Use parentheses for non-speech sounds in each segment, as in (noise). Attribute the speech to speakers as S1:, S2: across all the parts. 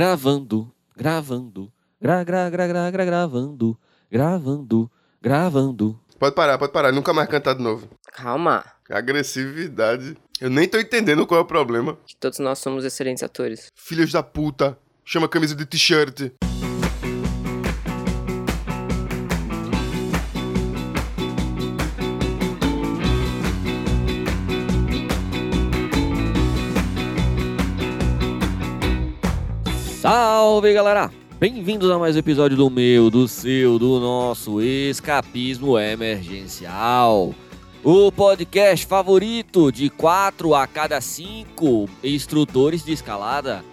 S1: gravando, gravando, gra, gra, gra, gra, gra, gravando, gravando, gravando.
S2: Pode parar, pode parar. Nunca mais cantar de novo. É
S3: Calma,
S2: Agressividade. Eu nem tô entendendo qual é o problema.
S3: que todos nós somos excelentes atores.
S2: Filhos da puta. Chama a camisa de t-shirt.
S1: Salve, galera! Bem-vindos a mais um episódio do meu, do seu, do nosso Escapismo Emergencial. O podcast favorito de 4 a cada 5 instrutores de escalada.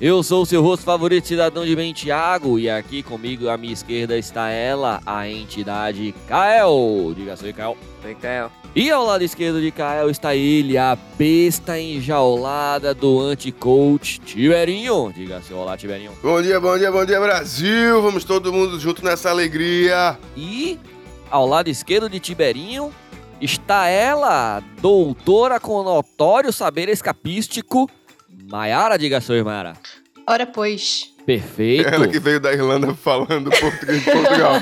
S1: Eu sou o seu rosto favorito, cidadão de bem, Thiago, e aqui comigo à minha esquerda está ela, a entidade Kael. Diga seu Kael.
S3: Oi, Kael.
S1: E ao lado esquerdo de Kael está ele, a besta enjaulada do anti-coach Tiberinho. Diga seu olá, Tiberinho.
S2: Bom dia, bom dia, bom dia, Brasil. Vamos todo mundo junto nessa alegria.
S1: E ao lado esquerdo de Tiberinho está ela, doutora com notório saber escapístico, Maiara de Gações Mara.
S4: Ora, pois.
S1: Perfeito.
S2: Ela que veio da Irlanda falando português de
S4: (laughs)
S2: Portugal.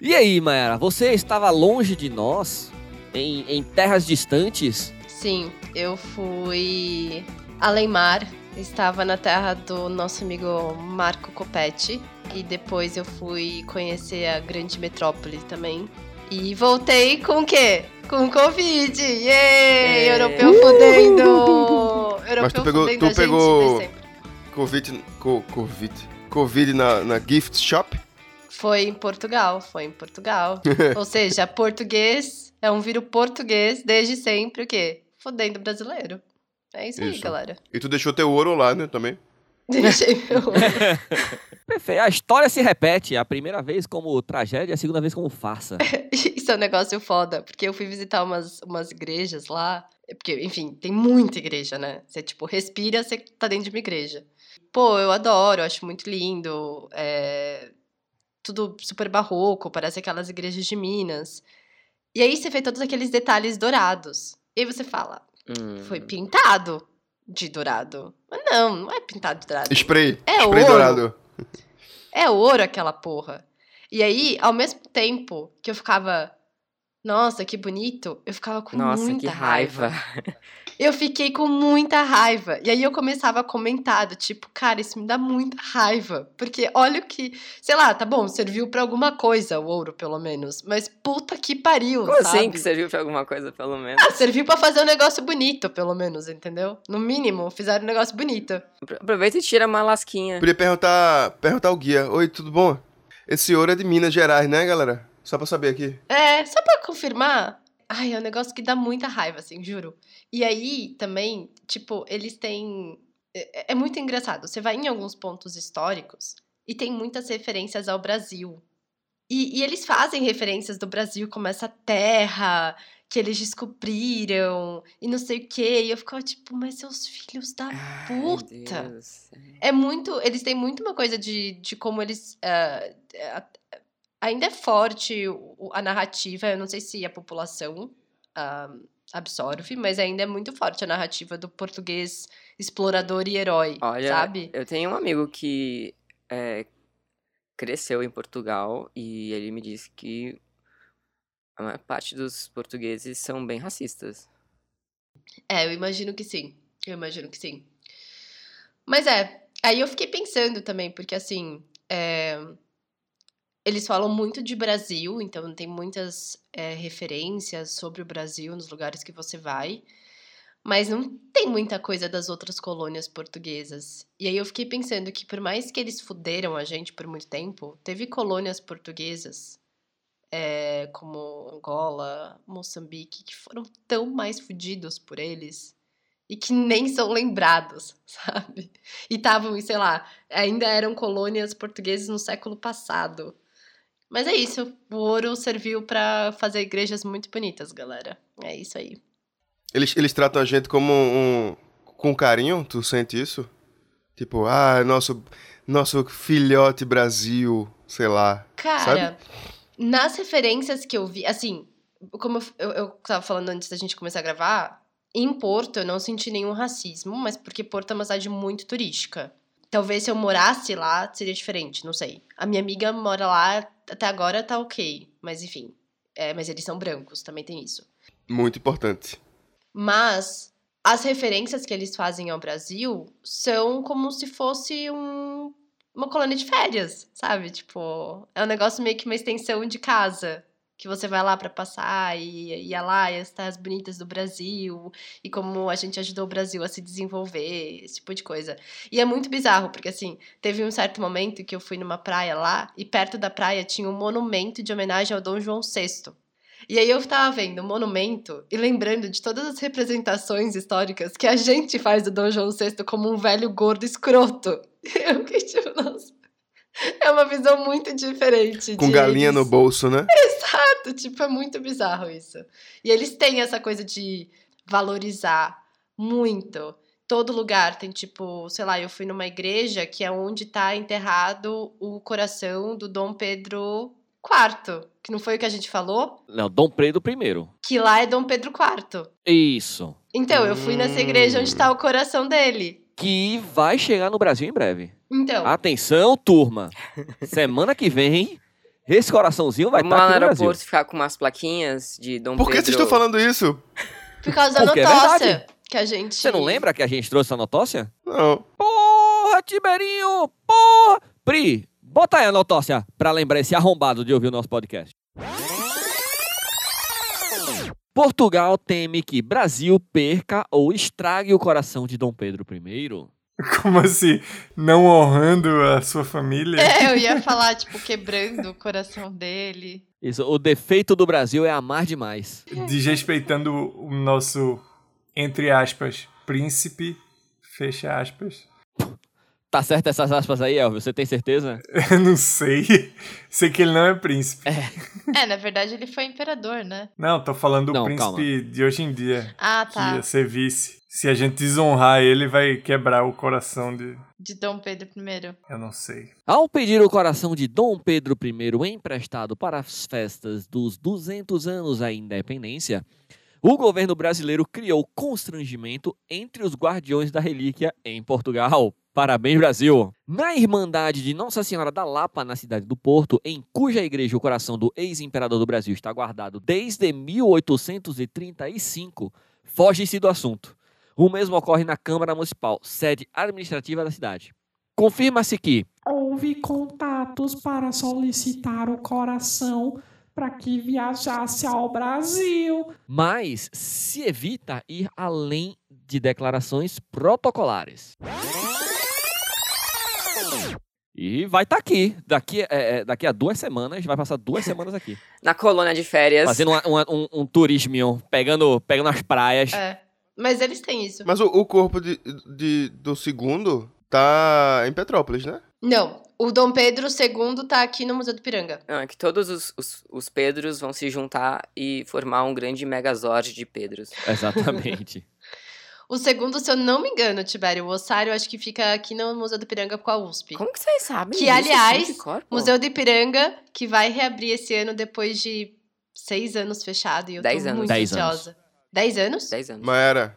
S1: E aí, Maiara, você estava longe de nós, em, em terras distantes?
S4: Sim, eu fui além mar, estava na terra do nosso amigo Marco Copetti e depois eu fui conhecer a grande metrópole também. E voltei com o quê? Com Covid! Yay!
S3: É.
S4: Europeu fudendo! Europeu
S2: Mas tu pegou-
S4: fudendo
S2: tu
S4: a gente,
S2: pegou-
S4: mas sempre.
S2: Covid. Co, Covid. Covid na, na gift shop?
S4: Foi em Portugal, foi em
S2: (laughs)
S4: Portugal. Ou seja, português é um vírus português desde sempre, o quê? Fudendo brasileiro. É isso, aí,
S2: Isso.
S4: galera.
S2: E tu deixou teu ouro lá, né? Também.
S4: Deixei meu
S1: Perfeito. A história se repete, é a primeira vez como tragédia, a segunda vez como farsa.
S4: (laughs) Isso é um negócio foda, porque eu fui visitar umas, umas igrejas lá. é Porque, enfim, tem muita igreja, né? Você, tipo, respira, você tá dentro de uma igreja. Pô, eu adoro, eu acho muito lindo. é, Tudo super barroco, parece aquelas igrejas de Minas. E aí você vê todos aqueles detalhes dourados. E aí você fala,
S3: Hum.
S4: foi pintado de dourado. Mas não, não é pintado de dourado.
S2: Spray.
S4: É
S2: Spray
S4: ouro.
S2: dourado.
S4: É ouro aquela porra. E aí, ao mesmo tempo que eu ficava, nossa, que bonito, eu ficava com
S3: Nossa,
S4: muita
S3: que raiva.
S4: Eu fiquei com muita raiva. E aí eu começava a comentar, do tipo, cara, isso me dá muita raiva. Porque olha o que. Sei lá, tá bom, serviu pra alguma coisa o ouro, pelo menos. Mas puta que pariu,
S3: Como
S4: sabe?
S3: assim que serviu pra alguma coisa, pelo menos?
S4: Ah, serviu pra fazer um negócio bonito, pelo menos, entendeu? No mínimo, fizeram um negócio bonito.
S3: Apro- Aproveita e tira uma lasquinha.
S2: Podia perguntar, perguntar ao guia. Oi, tudo bom? Esse ouro é de Minas Gerais, né, galera? Só pra saber aqui.
S4: É, só pra confirmar. Ai, é um negócio que dá muita raiva, assim, juro. E aí, também, tipo, eles têm. É, é muito engraçado. Você vai em alguns pontos históricos e tem muitas referências ao Brasil. E, e eles fazem referências do Brasil como essa terra que eles descobriram e não sei o quê. E eu ficava tipo, mas seus filhos da
S3: Ai,
S4: puta.
S3: Deus.
S4: é muito. Eles têm muito uma coisa de, de como eles. ah, ah, ainda é forte o- a narrativa, eu não sei se a população ah, absorve, mas ainda é muito forte a narrativa do português explorador e herói,
S3: Olha,
S4: sabe?
S3: Eu tenho um amigo que é, cresceu em Portugal e ele me disse que a maior parte dos portugueses são bem racistas.
S4: É, eu imagino que sim. Eu imagino que sim. Mas é, aí eu fiquei pensando também, porque assim. é, Eles falam muito de Brasil, então tem muitas é, referências sobre o Brasil nos lugares que você vai. Mas não tem muita coisa das outras colônias portuguesas. E aí eu fiquei pensando que, por mais que eles fuderam a gente por muito tempo, teve colônias portuguesas, é, como Angola, Moçambique, que foram tão mais fudidos por eles e que nem são lembrados, (laughs) sabe? E estavam, sei lá, ainda eram colônias portuguesas no século passado. Mas é isso, o ouro serviu pra fazer igrejas muito bonitas, galera. É isso aí.
S2: Eles, eles tratam a gente como um. com carinho? Tu sente isso? Tipo, ah, nosso, nosso filhote Brasil, sei lá.
S4: Cara, nas referências que eu vi, assim, como eu, eu, eu tava falando antes da gente começar a gravar, Em Porto, eu não senti nenhum racismo, mas porque Porto é uma cidade muito turística. Talvez se eu morasse lá, seria diferente, não sei. A minha amiga mora lá, até agora tá ok, mas enfim. É, mas eles são brancos, também tem isso.
S2: Muito importante.
S4: Mas as referências que eles fazem ao Brasil são como se fosse um, uma colônia de férias, sabe? Tipo, é um negócio meio que uma extensão de casa. Que você vai lá para passar e, e é lá e as terras bonitas do Brasil e como a gente ajudou o Brasil a se desenvolver, esse tipo de coisa. E é muito bizarro, porque assim, teve um certo momento que eu fui numa praia lá e perto da praia tinha um monumento de homenagem ao Dom João VI. E aí eu tava vendo o monumento e lembrando de todas as representações históricas que a gente faz do Dom João VI como um velho gordo escroto. (laughs) Eu fiquei tipo, nossa. É uma visão muito diferente.
S2: Com
S4: de
S2: galinha no
S4: eles.
S2: bolso, né?
S4: Exato, tipo, é muito bizarro isso. E eles têm essa coisa de valorizar muito. Todo lugar tem, tipo, sei lá, eu fui numa igreja que é onde tá enterrado o coração do Dom Pedro IV, que não foi o que a gente falou,
S1: Não, Dom Pedro primeiro.
S4: que lá é Dom Pedro IV.
S1: Isso.
S4: Então, eu fui nessa igreja onde tá o coração dele.
S1: Que vai chegar no Brasil em breve. Ah,
S4: Então,
S1: Atenção, turma. Semana que vem, esse coraçãozinho vai
S3: Vamos
S1: estar
S3: lá no
S1: aqui no Brasil.
S3: aeroporto ficar com umas plaquinhas de Dom
S2: Por que
S3: Pedro.
S2: vocês estão falando isso?
S4: por causa da
S1: Porque é
S4: notócia
S1: verdade.
S4: que a gente.
S1: Você não lembra que a gente trouxe a notócia?
S2: Não.
S1: Porra, Tiberinho! Porra! Pri, bota aí a notócia pra lembrar esse arrombado de ouvir o nosso podcast. Portugal teme que Brasil perca ou estrague o coração de Dom Pedro I.
S5: Como assim? Não honrando a sua família?
S4: É, eu ia falar, tipo, quebrando o coração dele.
S1: Isso, o defeito do Brasil é amar demais.
S4: É.
S5: Desrespeitando o nosso, entre aspas, príncipe, fecha aspas. (laughs)
S1: Tá certo essas aspas aí, Elvio? Você tem certeza?
S5: Eu não sei. Sei que ele não é príncipe.
S4: É, na verdade, ele foi imperador, né?
S5: Não, tô falando do
S1: Não,
S5: príncipe de hoje em dia.
S4: Ah,
S5: Que
S4: tá.
S5: ia ser vice. Se a gente desonrar ele, vai quebrar o coração de.
S4: De Dom Pedro I.
S5: Eu não sei.
S1: Ao pedir o coração de Dom Pedro I emprestado para as festas dos 200 anos da independência, o governo brasileiro criou constrangimento entre os guardiões da relíquia em Portugal. Parabéns, Brasil! Na Irmandade de Nossa Senhora da Lapa, na cidade do Porto, em cuja igreja o coração do ex-imperador do Brasil está guardado desde 1835, foge-se do assunto. O mesmo ocorre na Câmara Municipal, sede administrativa da cidade. Confirma-se que,
S6: Houve contatos para solicitar o coração para que viajasse ao Brasil.
S1: mas se evita ir além de declarações protocolares. E vai estar aqui. Daqui, é, é, daqui a duas semanas, vai passar duas semanas
S4: (laughs)
S1: aqui.
S3: Na colônia de férias.
S1: Fazendo uma- uma- um, um turismo, pegando, pegando as praias.
S4: É. Mas eles têm isso.
S2: Mas o, o corpo de, de- do segundo tá em Petrópolis, né?
S4: Não, o Dom Pedro II tá aqui no Museu do Piranga.
S3: Não, é que todos os, os, os Pedros vão se juntar e formar um grande megazord de Pedros.
S1: (laughs) Exatamente.
S4: O segundo, se eu não me engano, Tibério, o Ossário, acho que fica aqui no Museu do Piranga com a USP.
S3: Como que vocês sabem
S4: Que,
S3: disso, assim,
S4: aliás,
S3: de cor, pô?
S4: Museu do Ipiranga, que vai reabrir esse ano depois de seis anos fechado. E eu
S3: Dez
S4: tô
S3: anos.
S4: muito
S1: Dez
S4: ansiosa. Dez anos?
S3: 10 anos.
S2: Maera,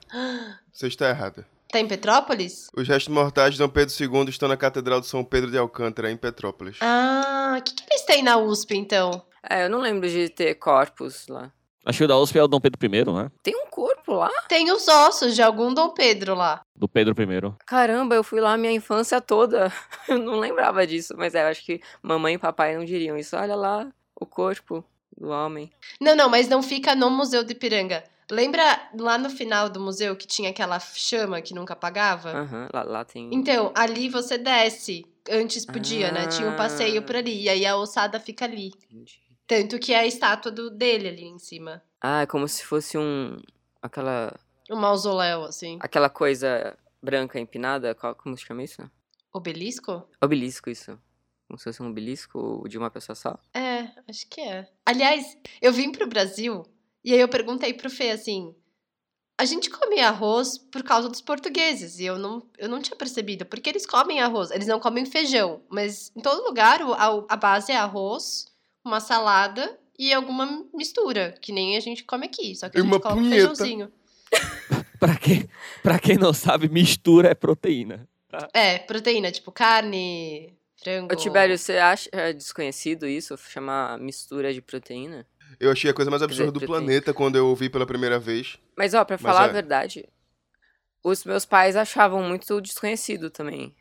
S2: você está errada.
S4: Tá em Petrópolis?
S2: Os restos mortais de Dom Pedro II estão na Catedral de São Pedro de Alcântara, em Petrópolis.
S4: Ah, o que, que eles têm na USP, então?
S3: É, eu não lembro de ter corpos lá.
S1: Acho que o da USP é o Dom Pedro I, né?
S3: Tem um corpo lá?
S4: Tem os ossos de algum Dom Pedro lá.
S1: Do Pedro I.
S3: Caramba, eu fui lá a minha infância toda. (laughs) Eu não lembrava disso, mas é, eu acho que mamãe e papai não diriam isso. Olha lá o corpo do homem.
S4: Não, não, mas não fica no Museu do Ipiranga. Lembra lá no final do museu que tinha aquela chama que nunca apagava?
S3: Aham, lá, lá tem.
S4: Então, ali você desce. Antes podia, né? Tinha um passeio por ali. E aí a ossada fica ali.
S3: Entendi.
S4: Tanto que é a estátua do, dele ali em cima.
S3: Ah, é como se fosse um. aquela.
S4: O mausoléu, assim.
S3: aquela coisa branca empinada. qual- como se chama isso?
S4: Obelisco?
S3: Obelisco, isso. Como se fosse um obelisco de uma pessoa só.
S4: É, acho que é. Aliás, eu vim pro Brasil e aí eu perguntei pro Fê assim: a gente come arroz por causa dos portugueses e eu não, eu não tinha percebido, porque eles comem arroz, eles não comem feijão, mas em todo lugar o- a, a base é arroz, uma salada e alguma mistura, que nem a gente come aqui, só que a
S2: E
S4: gente
S2: uma
S4: coloca
S2: punheta.
S4: feijãozinho.
S1: Pra quem, pra quem não sabe, mistura é proteína.
S4: É, proteína, tipo carne, frango.
S3: Ô, Tibério, você acha é desconhecido isso? Chamar mistura de proteína?
S2: Eu achei a coisa mais absurda do
S3: Preto,
S2: planeta quando eu ouvi pela primeira vez.
S3: Mas, ó, pra
S2: Mas
S3: falar
S2: é.
S3: a verdade, os meus pais achavam muito desconhecido também.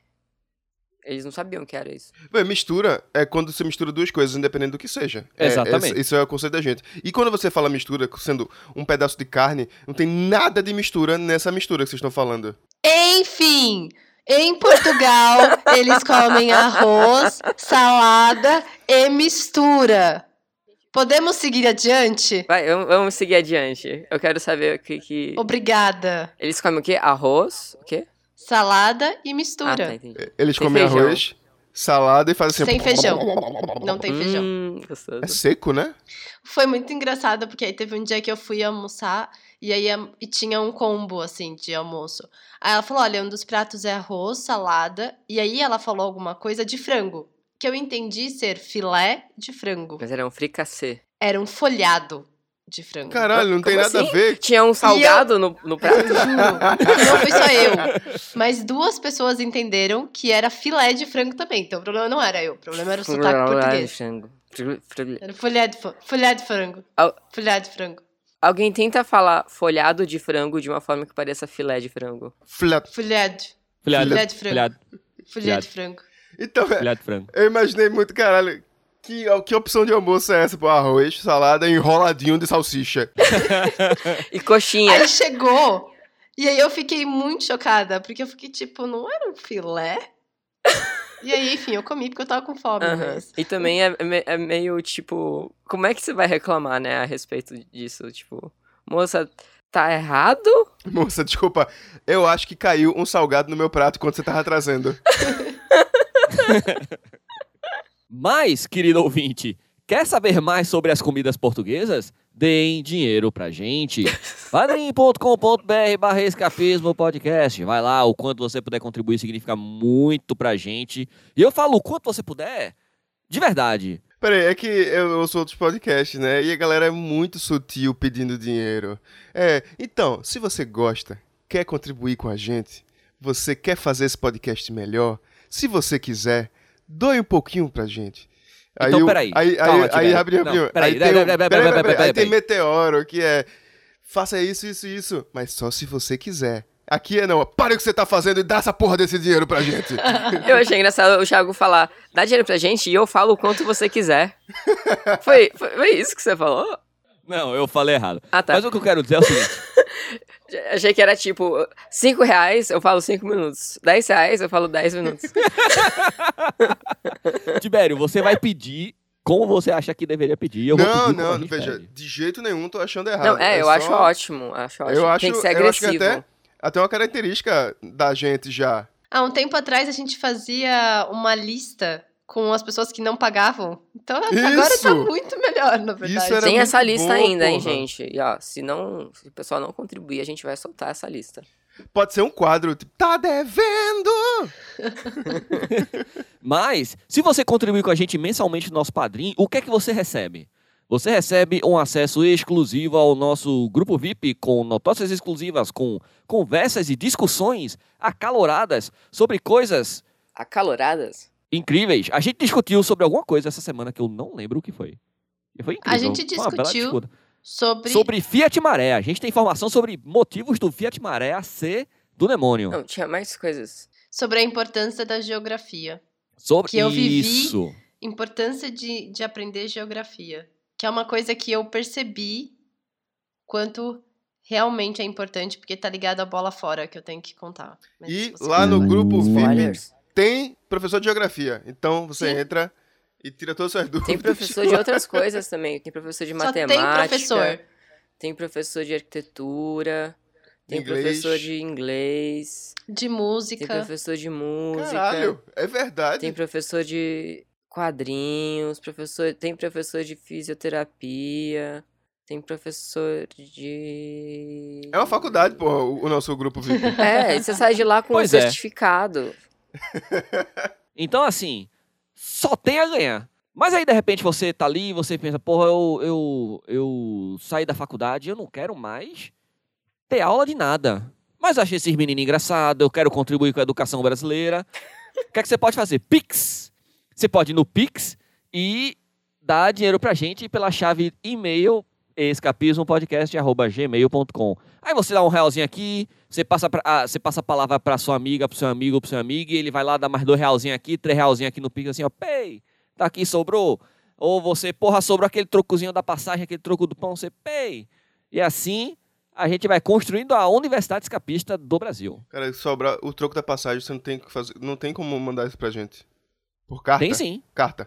S3: Eles não sabiam que era isso.
S2: Bem, mistura é quando você mistura duas coisas, independente do que seja. É,
S1: Exatamente.
S2: esse- isso é o conceito da gente. E quando você fala mistura, sendo um pedaço de carne, não tem nada de mistura nessa mistura que vocês estão falando.
S4: Enfim, em Portugal, eles comem arroz, salada e mistura. Podemos seguir adiante?
S3: Vai, vamos, vamos seguir adiante. Eu quero saber o que que...
S4: Obrigada.
S3: Eles comem o quê? Arroz? O quê?
S4: Salada e
S3: Ah, tá,
S4: mistura.
S3: entendi.
S2: Eles
S3: Sem
S2: comem
S3: feijão.
S2: arroz, salada e fazem assim.
S4: Sem feijão. Não tem feijão.
S3: Hum,
S2: É
S3: gostoso.
S2: seco, né?
S4: Foi muito engraçado, porque aí teve um dia que eu fui almoçar e aí am- e tinha um combo, assim, de almoço. Aí ela falou: olha, um dos pratos é arroz, salada, e aí ela falou alguma coisa de frango, que eu entendi ser filé de frango.
S3: Mas era um fricassê.
S4: Era um folhado de frango.
S2: Caralho, não tem
S3: Como
S2: nada
S3: assim?
S2: a ver.
S3: Tinha um salgado no, no prato?
S4: Juro. Não foi só eu. Mas duas pessoas entenderam que era filé de frango também. Então o problema não era eu, (laughs) o problema era o sotaque português. Era filé de, fa- filé de frango.
S3: Al-
S4: Filé de frango.
S3: Alguém tenta falar folhado de frango de uma forma que pareça filé de frango.
S2: Flat.
S4: Filé de,
S1: Filhado,
S4: filé de frango.
S1: filhado,
S4: Filé
S1: Filhado.
S4: de frango.
S2: Então, é,
S1: filhado de frango.
S2: eu imaginei muito, caralho. Que, que opção de almoço é essa? Pô, arroz, salada, enroladinho de salsicha.
S3: E coxinha.
S4: Aí chegou. E aí eu fiquei muito chocada, porque eu fiquei tipo, não era um filé? E aí, enfim, eu comi porque eu tava com fome.
S3: Aham.
S4: mas-
S3: E também é, é me- é meio tipo. Como é que você vai reclamar, né, a respeito disso? Tipo, moça, tá errado?
S2: Moça, desculpa. Eu acho que caiu um salgado no meu prato quando você tava trazendo.
S1: Mas, querido ouvinte, quer saber mais sobre as comidas portuguesas? Deem dinheiro pra gente. padrim.com.br barra escapismo podcast. Vai lá, o quanto você puder contribuir significa muito pra gente. E eu falo o quanto você puder, de verdade.
S2: Peraí, é que eu ouço outros podcasts, né? E a galera é muito sutil pedindo dinheiro. É, então, se você gosta, quer contribuir com a gente, você quer fazer esse podcast melhor, se você quiser, doe um pouquinho pra gente.
S1: Então,
S2: o-
S1: peraí,
S2: Aí,
S1: calma,
S2: aí, aí
S1: Tibério.
S2: abre, abre.
S1: Não,
S2: aí
S1: peraí,
S2: tem
S1: peraí,
S2: o-
S1: peraí, peraí,
S2: peraí,
S1: peraí,
S2: Aí tem
S1: peraí.
S2: meteoro, que é faça isso, isso, isso, mas só se você quiser. Aqui é não, ó, para o que você tá fazendo e dá essa porra desse dinheiro pra gente.
S3: Eu achei engraçado o Thiago falar, dá dinheiro pra gente e eu falo o quanto você quiser. Foi, foi, foi isso que você falou?
S1: Não, eu falei errado.
S3: Ah, tá.
S1: Mas o que eu quero dizer é o seguinte.
S3: Achei que era tipo, 5 reais eu falo 5 minutos, 10 reais eu falo
S2: (laughs)
S3: 10 minutos.
S1: Tibério, você vai pedir como você acha que deveria pedir. (laughs) Eu vou
S2: não,
S1: pedir como a
S2: não,
S1: gente
S2: veja,
S1: pede.
S2: de jeito nenhum tô achando errado.
S3: Não, é, eu
S2: Ah, só-
S3: acho ótimo, acho ótimo.
S2: Eu acho,
S3: Tem que ser
S2: eu acho que
S3: agressivo.
S2: até, até uma característica da gente já.
S4: Há um tempo atrás a gente fazia uma lista com as pessoas que não pagavam. Então agora tá
S2: Isso!
S4: muito melhor, na verdade.
S2: Isso era-
S3: Tem essa
S2: muito
S3: lista
S2: boa,
S3: ainda, hein,
S2: porra.
S3: gente? E ó, se não, se o pessoal não contribuir, a gente vai soltar essa lista.
S2: Pode ser um quadro, tipo, tá devendo!
S1: Mas, se você contribuir com a gente mensalmente no nosso padrinho, o que é que você recebe? Você recebe um acesso exclusivo ao nosso grupo VIP com notócias exclusivas, com conversas e discussões acaloradas sobre coisas
S3: Acaloradas?
S1: incríveis. A gente discutiu sobre alguma coisa essa semana que eu não lembro o que foi. E Foi incrível.
S4: A gente
S1: Foi uma bela
S4: discutiu
S1: disputa.
S4: Sobre...
S1: sobre Fiat Maré. A gente tem informação sobre motivos do Fiat Maré a ser do demônio.
S3: Não, tinha mais coisas.
S4: sobre a importância da geografia.
S1: sobre
S4: que eu vivi.
S1: isso.
S4: Importância de, de aprender geografia. Que é uma coisa que eu percebi quanto realmente é importante, porque tá ligado à bola fora que eu tenho que contar. Mas
S2: E
S4: você-
S2: lá no grupo VIP
S3: Spoilers.
S2: tem professor de geografia. Então você
S4: Sim.
S2: entra e tira todas as suas dúvidas. (laughs)
S3: Tem professor de outras coisas também. Tem professor de
S4: Só tem
S3: matemática.
S4: professor.
S3: Tem professor de arquitetura. Tem
S2: Inglês.
S3: professor de inglês.
S4: De
S3: Tem
S4: música.
S3: professor de música.
S2: Caralho, é verdade.
S3: Tem professor de quadrinhos, professor, tem professor de fisioterapia, tem professor de.
S2: É uma faculdade, porra, o o nosso grupo VIP.
S3: (laughs) É, e você sai de lá com
S1: Pois
S3: um
S1: é.
S3: certificado.
S1: Então, assim, só tem a ganhar. Mas aí, de repente, você tá ali e você pensa, porra, eu, eu, eu saí da faculdade, eu não quero mais ter aula de nada. Mas eu achei esses meninos engraçados, eu quero contribuir com a educação brasileira. O que é que você pode fazer? Pix! Você pode ir no Pix e dar dinheiro pra gente pela chave e-mail escapismopodcast.gmail.com Aí você dá um realzinho aqui, você passa, pra- ah, você passa a palavra pra sua amiga, pro seu amigo, pro seu amigo, e ele vai lá dar mais dois realzinhos aqui, três realzinhos aqui no Pix, assim, ó, pei, tá aqui, sobrou. Ou você, porra, sobrou aquele trocozinho da passagem, aquele troco do pão, você, pei. E assim, a gente vai construindo a Universidade Escapista do Brasil.
S2: Cara, sobra o troco da passagem, você não tem que fazer, não tem como mandar isso pra gente. Por carta?
S1: Tem sim.
S2: Carta.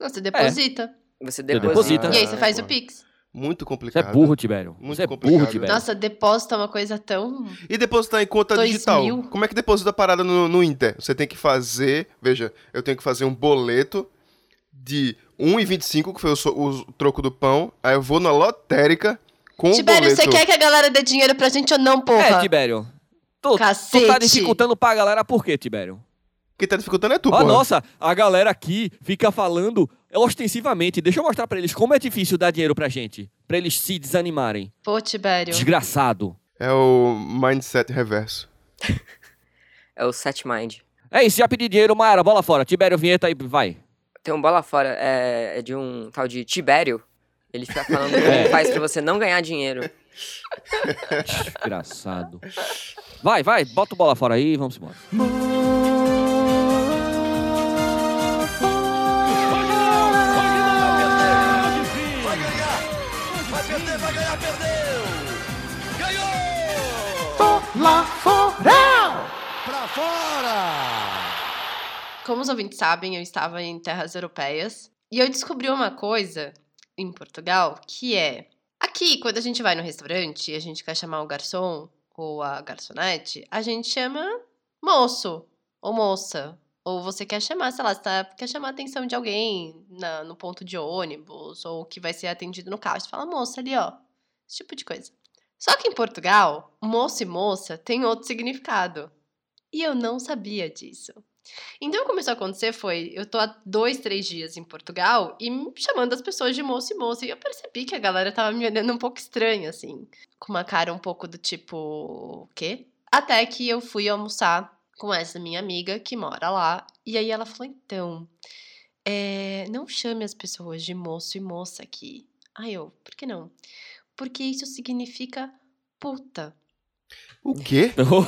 S4: Não, você deposita.
S3: Você
S1: deposito.
S3: deposita.
S4: E aí você né?
S2: Ah,
S4: faz
S2: pô.
S4: o Pix.
S2: Muito
S1: Você é
S2: complicado.
S1: burro, Tibério.
S2: Muito
S1: Você é burro,
S2: complicado.
S1: Tibério.
S4: Nossa, depósito é uma coisa tão.
S2: E depositar em conta
S4: Dois
S2: digital.
S4: mil.
S2: Como é que deposita a parada no, no Inter? Você tem que fazer. Veja, eu tenho que fazer um boleto de 1,25, que foi o, so- o troco do pão. Aí eu vou na lotérica com o
S4: Tibério,
S2: boleto.
S4: você quer é que a galera dê dinheiro pra gente ou não,
S1: É,
S4: porra?
S1: Tibério. Tu, tu
S4: Cacete.
S1: tá dificultando pra galera por quê, Tibério?
S2: Quem tá dificultando é tu,
S1: Ó,
S2: porra.
S1: Ah, nossa, a galera aqui fica falando ostensivamente. Deixa eu mostrar pra eles como é difícil dar dinheiro pra gente. Pra eles se desanimarem.
S4: Pô, Tibério.
S1: Desgraçado.
S2: É o mindset reverso.
S3: É o Set Mind.
S1: É isso, já pedi dinheiro, Mayara, bola fora. Tibério, vinheta e vai.
S3: Tem um bola fora, é, é de um tal de Tibério. Ele fica falando como
S1: É.
S3: faz pra você não ganhar dinheiro.
S1: Desgraçado. Vai, vai, bota o bola fora aí e vamos embora. (laughs)
S4: Como os ouvintes sabem, eu estava em terras europeias e eu descobri uma coisa em Portugal que é aqui, quando a gente vai no restaurante e a gente quer chamar o garçom ou a garçonete, a gente chama moço ou moça. Ou você quer chamar, sei lá, você tá- quer chamar a atenção de alguém na- no ponto de ônibus ou que vai ser atendido no caixa. Você fala moça ali, ó. Esse tipo de coisa. Só que em Portugal, moço e moça tem outro significado. E eu não sabia disso. Então, o que começou a acontecer foi, eu tô há dois, três dias em Portugal e me chamando as pessoas de moço e moça. E eu percebi que a galera tava me olhando um pouco estranha, assim. Com uma cara um pouco do tipo, o quê? Até que eu fui almoçar com essa minha amiga que mora lá. E aí ela falou, então, é, não chame as pessoas de moço e moça aqui. Aí eu, por que não? Porque isso significa puta.
S2: O quê?
S1: então,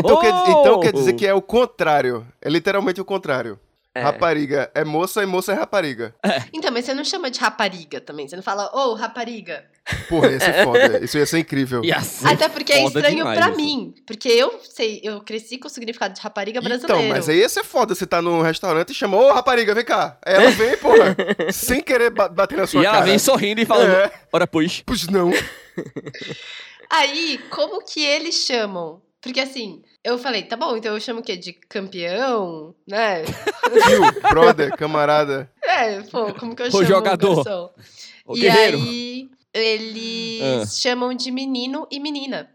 S2: Então, quer, então quer
S1: oh.
S2: dizer que é o contrário. É literalmente o contrário.
S3: É.
S2: Rapariga é moça e moça é rapariga.
S4: Então, mas você não chama de rapariga também. Você não fala, ô, rapariga.
S2: Porra, ia ser foda. Isso ia ser incrível.
S1: assim,
S4: Até porque é
S1: foda
S4: estranho
S1: demais
S4: pra
S1: isso.
S4: mim. Porque eu sei, eu cresci com o significado de rapariga brasileira.
S2: Então, mas aí ia ser foda. Você tá num restaurante e chama, ô rapariga, vem cá. Aí ela vem, porra,
S3: (laughs)
S2: sem querer ba- bater na sua
S1: E
S2: cara.
S1: ela vem sorrindo e falando,
S2: É,
S1: ora pois.
S2: pois não.
S4: Aí, como que eles chamam? Porque assim, eu falei, tá bom, então eu chamo o quê? De campeão, né? (laughs)
S2: Tio, brother, camarada.
S4: É, pô, como que eu
S1: Ô,
S4: chamo? o
S1: jogador.
S4: garçom?
S1: Ô,
S4: e
S1: guerreiro.
S4: aí, eles
S1: Ah.
S4: chamam de menino e menina.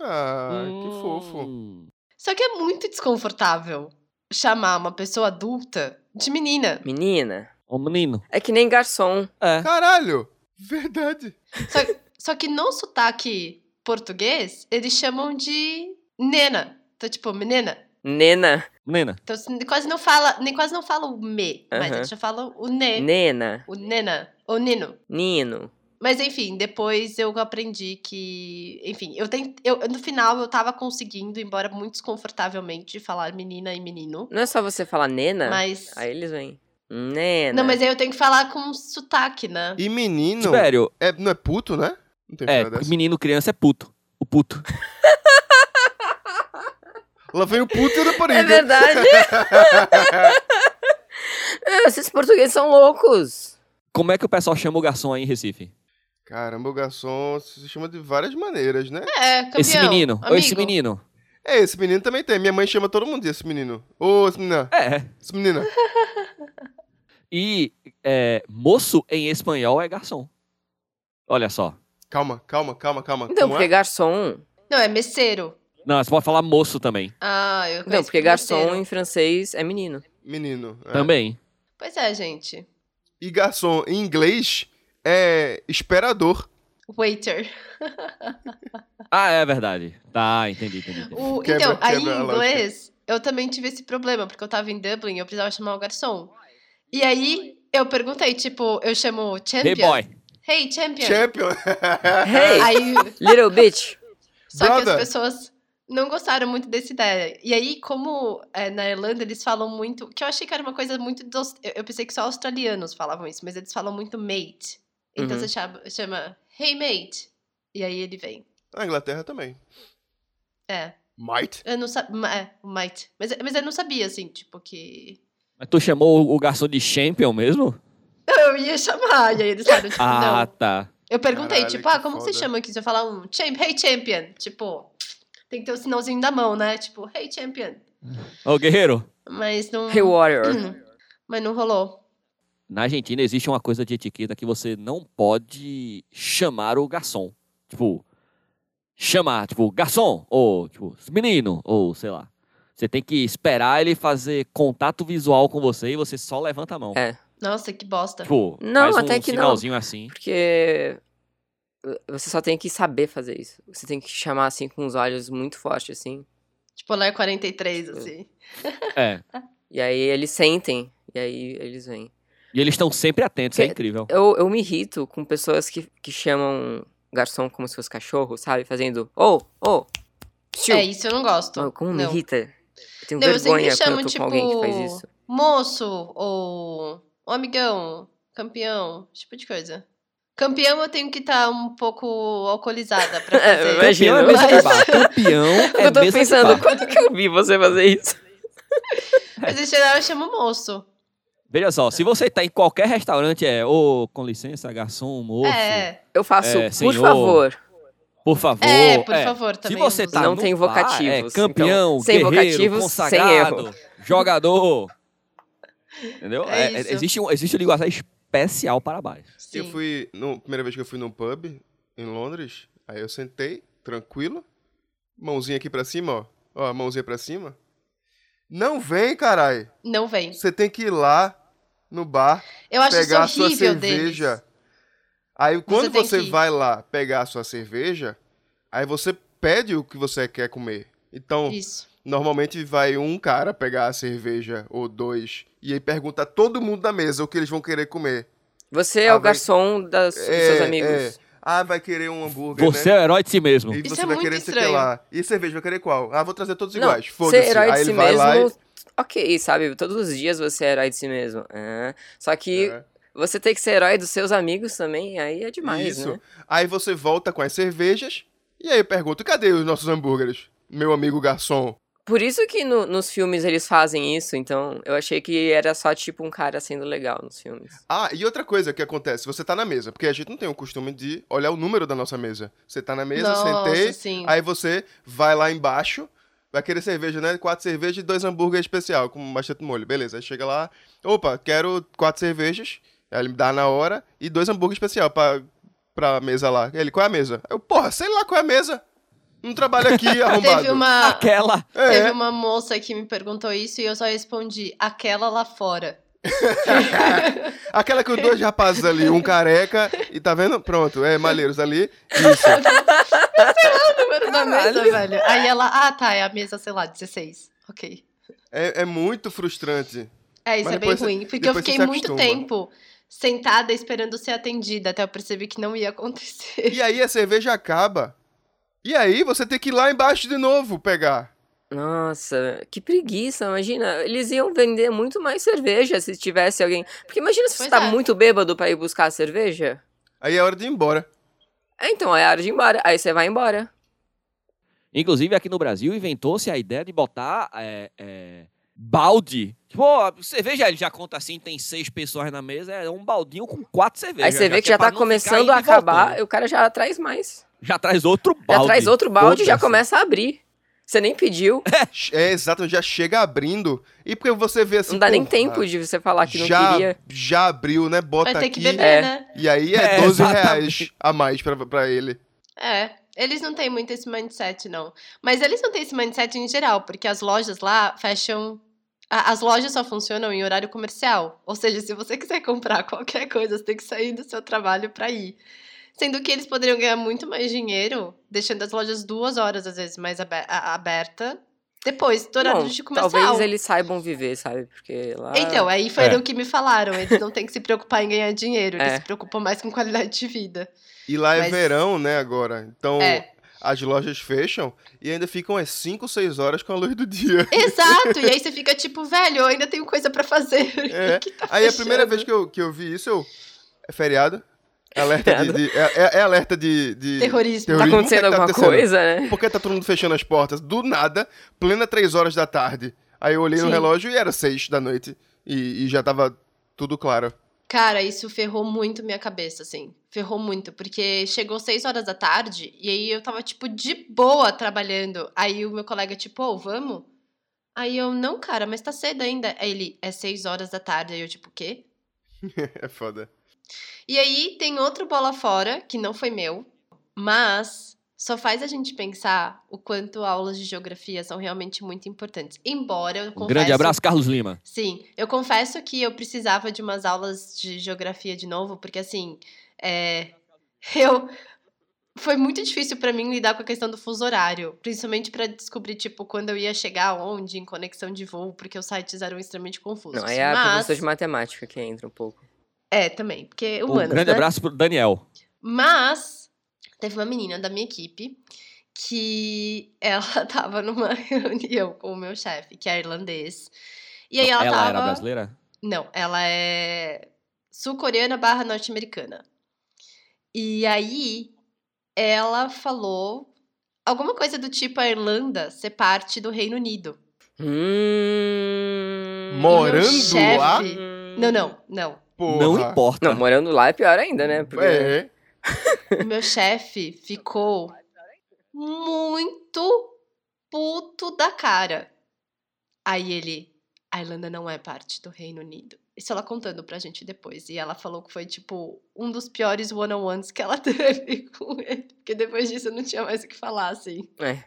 S2: Ah, que fofo.
S1: Hum.
S4: Só que é muito desconfortável chamar uma pessoa adulta de menina.
S3: Menina,
S1: Ô, menino.
S3: é que nem garçom.
S1: É.
S2: Caralho, verdade.
S4: Só, só que no sotaque português, eles chamam de nena. Então, tipo, menina.
S3: Nena,
S1: Menina.
S4: Então, você quase não fala, nem quase não fala o me, mas
S3: Aham.
S4: eles já falam o ne,
S3: nena,
S4: o nena, o nino.
S3: nino.
S4: Mas enfim, depois eu aprendi que, enfim, eu tentei, eu, no final eu tava conseguindo, embora muito desconfortavelmente, falar menina e menino,
S3: Não é só você falar nena,
S4: mas
S3: aí é, né? eles vêm. Nena.
S4: não, mas aí eu tenho que falar com sotaque, né?
S2: E menino,
S1: Tibério,
S2: é, não é puto, né? Não tem
S1: Tipo, é,
S2: piada dessa.
S1: menino, criança é puto. O puto.
S2: Lá vem o puto e
S3: (laughs)
S2: a rapariga.
S3: É verdade.
S4: (laughs)
S3: É, Esses portugueses são loucos.
S1: Como é que o pessoal chama o garçom aí em Recife?
S2: Caramba, o garçom se chama de várias maneiras, né?
S4: É, campeão.
S1: esse menino.
S4: amigo.
S1: Ou esse menino.
S2: É, esse menino também tem. Minha mãe chama todo mundo de esse menino. Ô, esse menina,
S1: É.
S2: esse menina.
S1: E é, moço em espanhol é garçom. Olha só.
S2: Calma, calma, calma, calma.
S3: Então,
S2: Como
S3: porque
S2: é?
S3: garçom.
S4: Não, é messeiro.
S1: Não, você pode falar moço também.
S4: Ah, eu
S3: Não,
S4: conheço
S3: porque
S4: por
S3: garçom
S4: messeiro.
S3: em francês é menino.
S2: Menino. é.
S1: Também.
S4: Pois é, gente.
S2: E garçom em inglês é esperador.
S4: Waiter.
S1: Ah, é verdade. Tá, entendi, entendi. entendi.
S4: O-
S2: (laughs) Quebra-
S4: então, aí
S2: quebra a
S4: em
S2: lógica.
S4: inglês, eu também tive esse problema, porque eu tava em Dublin e eu precisava chamar o garçom. E aí eu perguntei, tipo, eu chamo
S1: Hey
S4: champion.
S1: boy.
S4: Hey, champion.
S2: Champion! (laughs)
S3: Hey,
S4: Aí,
S3: little (laughs) bitch.
S4: só que
S2: Brother.
S4: as pessoas não gostaram muito dessa ideia. E aí, como é, na Irlanda eles falam muito, que eu achei que era uma coisa muito dos- eu, eu pensei que só australianos falavam isso, mas eles falam muito mate. Então
S3: Uhum.
S4: você chama, chama hey mate. E aí ele vem.
S2: Na Inglaterra também.
S4: É.
S2: Might.
S4: Eu não sabia. É, o Might. Mas, mas eu não sabia, assim, tipo, que.
S1: Mas tu chamou o- o garçom de champion mesmo?
S4: Eu ia chamar. E aí eles falaram, tipo,
S1: Ah,
S4: não.
S1: tá.
S4: Eu perguntei,
S2: Caralho,
S4: tipo, ah,
S2: que
S4: como que você
S2: foda.
S4: chama aqui? Você fala um champ, hey champion. Tipo, tem que ter o sinalzinho da mão, né? Tipo, hey champion.
S1: Ô, guerreiro,
S4: Mas não.
S3: Hey, warrior.
S4: Mas não rolou.
S1: na Argentina existe uma coisa de etiqueta que você não pode chamar o garçom. Tipo, chamar, tipo, garçom, ou tipo, menino, ou sei lá. Você tem que esperar ele fazer contato visual com você e você só levanta a mão.
S3: É.
S4: Nossa, que bosta.
S1: Tipo,
S3: Não,
S1: faz um
S3: até que não.
S1: sinalzinho assim.
S3: Porque uh, você só tem que saber fazer isso. Você tem que chamar assim com os olhos muito forte assim.
S4: Tipo, lá é 43, assim.
S1: É.
S3: E aí eles sentem e aí eles vêm.
S1: E eles estão sempre atentos, é
S3: Que-
S1: incrível.
S3: Eu, eu me irrito com pessoas que, que chamam garçom como se fosse cachorro, sabe? Fazendo oh, oh, tio.
S4: É, isso eu não gosto.
S3: Oh, como me
S4: não.
S3: irrita. Eu tenho
S4: Não, eu
S3: vergonha
S4: sempre
S3: quando eu
S4: chamo,
S3: tô com alguém que faz
S4: tipo,
S3: isso.
S4: Moço, ou. Ô, amigão, campeão, esse tipo de coisa. Campeão eu tenho que estar um pouco alcoolizada
S3: (laughs)
S4: pra
S3: É,
S4: fazer.
S3: mas- Imagina,
S1: Campeão é mesa de
S4: mas-
S1: bar. Campeão é
S3: (laughs) (laughs) eu tô
S1: mesa de
S3: pensando
S1: bar.
S3: quando que eu vi você fazer isso.
S4: Mas em geral eu chamo moço.
S1: Veja só, se você tá em qualquer restaurante, é, ô, com licença, garçom, moço,
S4: É,
S3: Eu faço,
S1: É,
S3: por
S1: senhor,
S3: favor.
S1: por favor.
S4: é, por favor,
S1: Se
S4: também.
S1: você
S4: uso.
S1: tá
S3: Não
S1: no
S3: tem
S1: bar,
S3: vocativos,
S1: é
S3: então,
S1: campeão,
S3: sem
S1: guerreiro,
S3: vocativos, sem
S1: consagrado, (laughs) jogador. Entendeu?
S4: É
S1: É, é,
S4: isso.
S1: existe, um, existe uma linguagem especial para bares.
S4: Sim.
S2: Eu fui. No, primeira vez que eu fui num pub em Londres, aí eu sentei, tranquilo. Mãozinha aqui pra cima, ó. Ó, a mãozinha pra cima. Não vem, carai.
S4: Não vem.
S2: Você tem que ir lá no bar,
S4: Eu acho isso
S2: pegar a sua
S4: horrível
S2: cerveja.
S4: deles.
S2: Aí quando
S4: tem
S2: você
S4: que ir.
S2: vai lá pegar a sua cerveja, aí você pede o que você quer comer. Então,
S4: Isso.
S2: Normalmente vai um cara pegar a cerveja ou dois e aí pergunta a todo mundo da mesa o que eles vão querer comer.
S3: Você é
S2: Ah,
S3: o
S2: vai-
S3: garçom das, dos
S2: É,
S3: seus amigos.
S2: é. Ah, vai querer um hambúrguer,
S1: Você
S2: né?
S1: é o herói de si mesmo.
S2: E
S4: Isso
S2: você
S4: é
S2: vai
S4: muito
S2: querer não sei o que
S4: estranho.
S2: lá. E cerveja vai querer qual? Ah, vou trazer todos
S3: Não,
S2: iguais.
S3: ser
S2: Foda-se.
S3: herói de
S2: Aí
S3: si
S2: ele vai
S3: mesmo,
S2: lá e...
S3: ok, sabe? Todos os dias você é herói de si mesmo. É. Só que
S2: É.
S3: você tem que ser herói dos seus amigos também, aí é demais,
S2: Isso.
S3: né?
S2: Aí você volta com as cervejas e aí eu pergunto, cadê os nossos hambúrgueres? Meu amigo garçom.
S3: Por isso que no- nos filmes eles fazem isso, então eu achei que era só tipo um cara sendo legal nos filmes.
S2: Ah, e outra coisa que acontece, você tá na mesa, porque a gente não tem o costume de olhar o número da nossa mesa. Você tá na mesa,
S4: Nossa,
S2: sentei,
S4: sim.
S2: Aí você vai lá embaixo, vai querer cerveja, né? Quatro cervejas e dois hambúrguer especial, com bastante molho. Beleza, aí chega lá, opa, quero quatro cervejas, aí ele me dá na hora, e dois hambúrguer especial pra, pra mesa lá. Ele, qual é a mesa? Eu, porra, sei lá qual é a mesa. Não trabalho
S4: (laughs)
S2: aqui, arrombado.
S4: Teve uma,
S1: Aquela.
S4: teve
S2: É,
S4: uma moça que me perguntou isso e eu só respondi, aquela lá fora.
S2: aquela com dois rapazes ali, um careca, e tá vendo? Pronto, é, malheiros ali. Isso.
S4: número da mesa, velho. Aí ela, ah, tá, é a mesa, sei lá, 16. Ok.
S2: É, é muito frustrante.
S4: É, isso
S2: Mas
S4: é bem
S2: depois você-
S4: ruim. Porque eu
S2: depois você
S4: fiquei
S2: se
S4: muito
S2: acostuma.
S4: tempo sentada esperando ser atendida, até eu percebi que não ia acontecer.
S2: E aí a cerveja acaba. E aí você tem que ir lá embaixo de novo pegar.
S3: Nossa, que preguiça, imagina. Eles iam vender muito mais cerveja se tivesse alguém. Porque imagina se você
S4: Pois
S3: tá
S4: é.
S3: muito bêbado pra ir buscar a cerveja.
S2: Aí é hora de ir embora.
S3: É, Então é hora de ir embora. Aí você vai embora.
S1: Inclusive, aqui no Brasil, inventou-se a ideia de botar é, é, balde. Pô, cerveja ele já conta assim, tem seis pessoas na mesa, é um baldinho com quatro cervejas.
S3: Aí você vê que já
S1: é pra
S3: tá
S1: não ficar
S3: começando
S1: indo
S3: a
S1: e voltando.
S3: acabar, e o cara já traz mais.
S1: Já traz outro balde.
S3: Já traz outro balde e já
S1: Foda-se.
S3: começa a abrir. Você nem pediu,
S2: É, exato, já chega abrindo. E porque você vê assim.
S3: não dá nem
S2: porra,
S3: tempo de você falar que não
S2: já,
S3: queria.
S2: Já abriu, né? Bota
S4: Vai ter
S2: aqui.
S4: que beber,
S3: É.
S4: né?
S2: E aí é,
S1: É,
S2: 12
S1: exatamente.
S2: reais a mais pra, pra ele.
S4: É. Eles não têm muito esse mindset, não. Mas eles não têm esse mindset em geral, porque as lojas lá fecham. a- As lojas só funcionam em horário (laughs) comercial. Ou seja, se você quiser comprar qualquer coisa, você tem que sair do seu trabalho pra ir. Sendo que eles poderiam ganhar muito mais dinheiro deixando as lojas duas horas, às vezes, mais abe- a- aberta. Depois do horário
S3: Não,
S4: de comercial.
S3: talvez eles ah, saibam viver, sabe? Porque lá.
S4: Então, aí foi
S5: É.
S4: o que me falaram. Eles não têm que se preocupar em ganhar dinheiro. Eles
S3: É.
S4: se preocupam mais com qualidade de vida.
S2: E lá é
S4: Mas-
S2: verão, né, agora. Então
S4: É.
S2: as lojas fecham e ainda ficam as 5, 6 horas com a luz do dia. (laughs)
S4: Exato! E aí você fica tipo, velho, eu ainda tenho coisa pra fazer.
S2: (laughs) É.
S4: (laughs) Que tá
S2: Aí a primeira
S4: fechando.
S2: vez que eu, que eu vi isso, eu. É feriado? É alerta de. de- é, é- é alerta de. de- terrorismo?
S4: Terrorismo.
S3: Tá
S2: O que que
S3: acontecendo
S2: tá
S3: alguma
S2: acontecendo?
S3: coisa, né?
S2: Por que tá todo mundo fechando as portas? Do nada, plena 3 horas da tarde. Aí eu olhei no
S4: Sim.
S2: relógio e era 6 da noite. E, e já tava tudo claro. (laughs)
S4: Cara, isso ferrou muito minha cabeça, assim. Ferrou muito, porque chegou seis horas da tarde e aí eu tava, tipo, de boa trabalhando. Aí o meu colega, tipo, ô, vamos? Aí eu, não, cara, mas tá cedo ainda. Aí ele, é seis horas da tarde. Aí eu, tipo, o quê?
S2: É foda.
S4: E aí tem outro bola fora, que não foi meu, mas só faz a gente pensar o quanto aulas de geografia são realmente muito importantes. Embora eu
S1: Um
S4: confesso,
S1: grande abraço, Carlos Lima.
S4: Sim, eu confesso que eu precisava de umas aulas de geografia de novo, porque assim, é, (laughs) eu foi muito difícil pra mim lidar com a questão do fuso horário, principalmente pra descobrir tipo quando eu ia chegar onde em conexão de voo, porque os sites eram extremamente confusos.
S3: Não, aí é a
S4: Mas
S3: professora de matemática que entra um pouco.
S4: é também, porque
S1: Um
S4: humanas,
S1: grande
S4: né?
S1: abraço pro Daniel.
S4: Mas teve uma menina da minha equipe que ela (laughs) tava numa reunião com o meu chefe, que é irlandês. E aí ela, tava.
S1: era brasileira?
S4: Não, ela é sul-coreana barra norte-americana. E aí ela falou alguma coisa do tipo a Irlanda ser parte do Reino Unido.
S3: Hum...
S2: Morando
S4: chefe-
S2: lá?
S4: Não, não, não.
S2: Porra.
S1: Não importa.
S3: Não, morando lá é pior ainda, né? Porque
S2: É.
S4: O meu chefe ficou muito puto da cara. Aí ele, a Irlanda não é parte do Reino Unido. Isso ela contando pra gente depois. E ela falou que foi, tipo, um dos piores one-on-ones que ela (laughs) teve com ele. Porque depois disso eu não tinha mais o que falar, assim.
S3: É.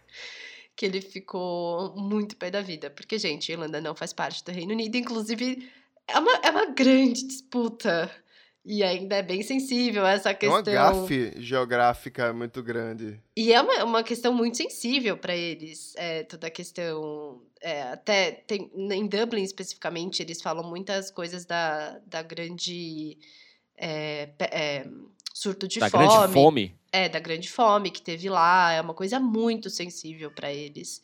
S4: Que ele ficou muito pé da vida. Porque, gente, a Irlanda não faz parte do Reino Unido. Inclusive, é uma, é uma grande disputa. E ainda é bem sensível essa
S2: É
S4: questão.
S2: uma gafe geográfica muito grande.
S4: E é uma, uma questão muito sensível para eles, é, toda a questão. é, até tem- em Dublin, especificamente, eles falam muitas coisas da, da grande. é, pe- é, surto de
S1: da
S4: fome,
S1: Tá grande fome.
S4: É, da grande fome que teve lá. É uma coisa muito sensível para eles.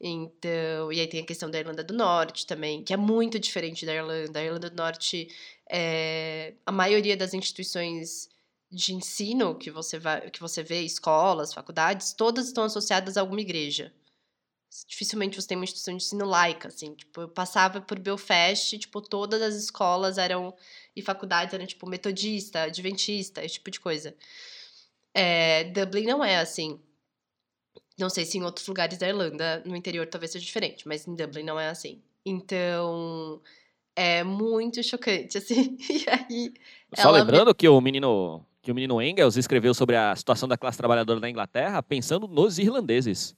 S4: Então, e aí tem a questão da Irlanda do Norte também, que é muito diferente da Irlanda. A Irlanda do Norte, é, a maioria das instituições de ensino que você, vai, que você vê, escolas, faculdades, todas estão associadas a alguma igreja. Dificilmente você tem uma instituição de ensino laica, assim. Tipo, eu passava por Belfast, tipo, todas as escolas eram... E faculdades eram, tipo, metodista, adventista, esse tipo de coisa. É, Dublin não é assim. Não sei se em outros lugares da Irlanda, no interior talvez seja diferente, mas em Dublin não é assim. Então, é muito chocante, (laughs) assim. E aí,
S1: Só
S4: ela me-
S1: lembrando que o menino que o menino Engels escreveu sobre a situação da classe trabalhadora da Inglaterra pensando nos irlandeses.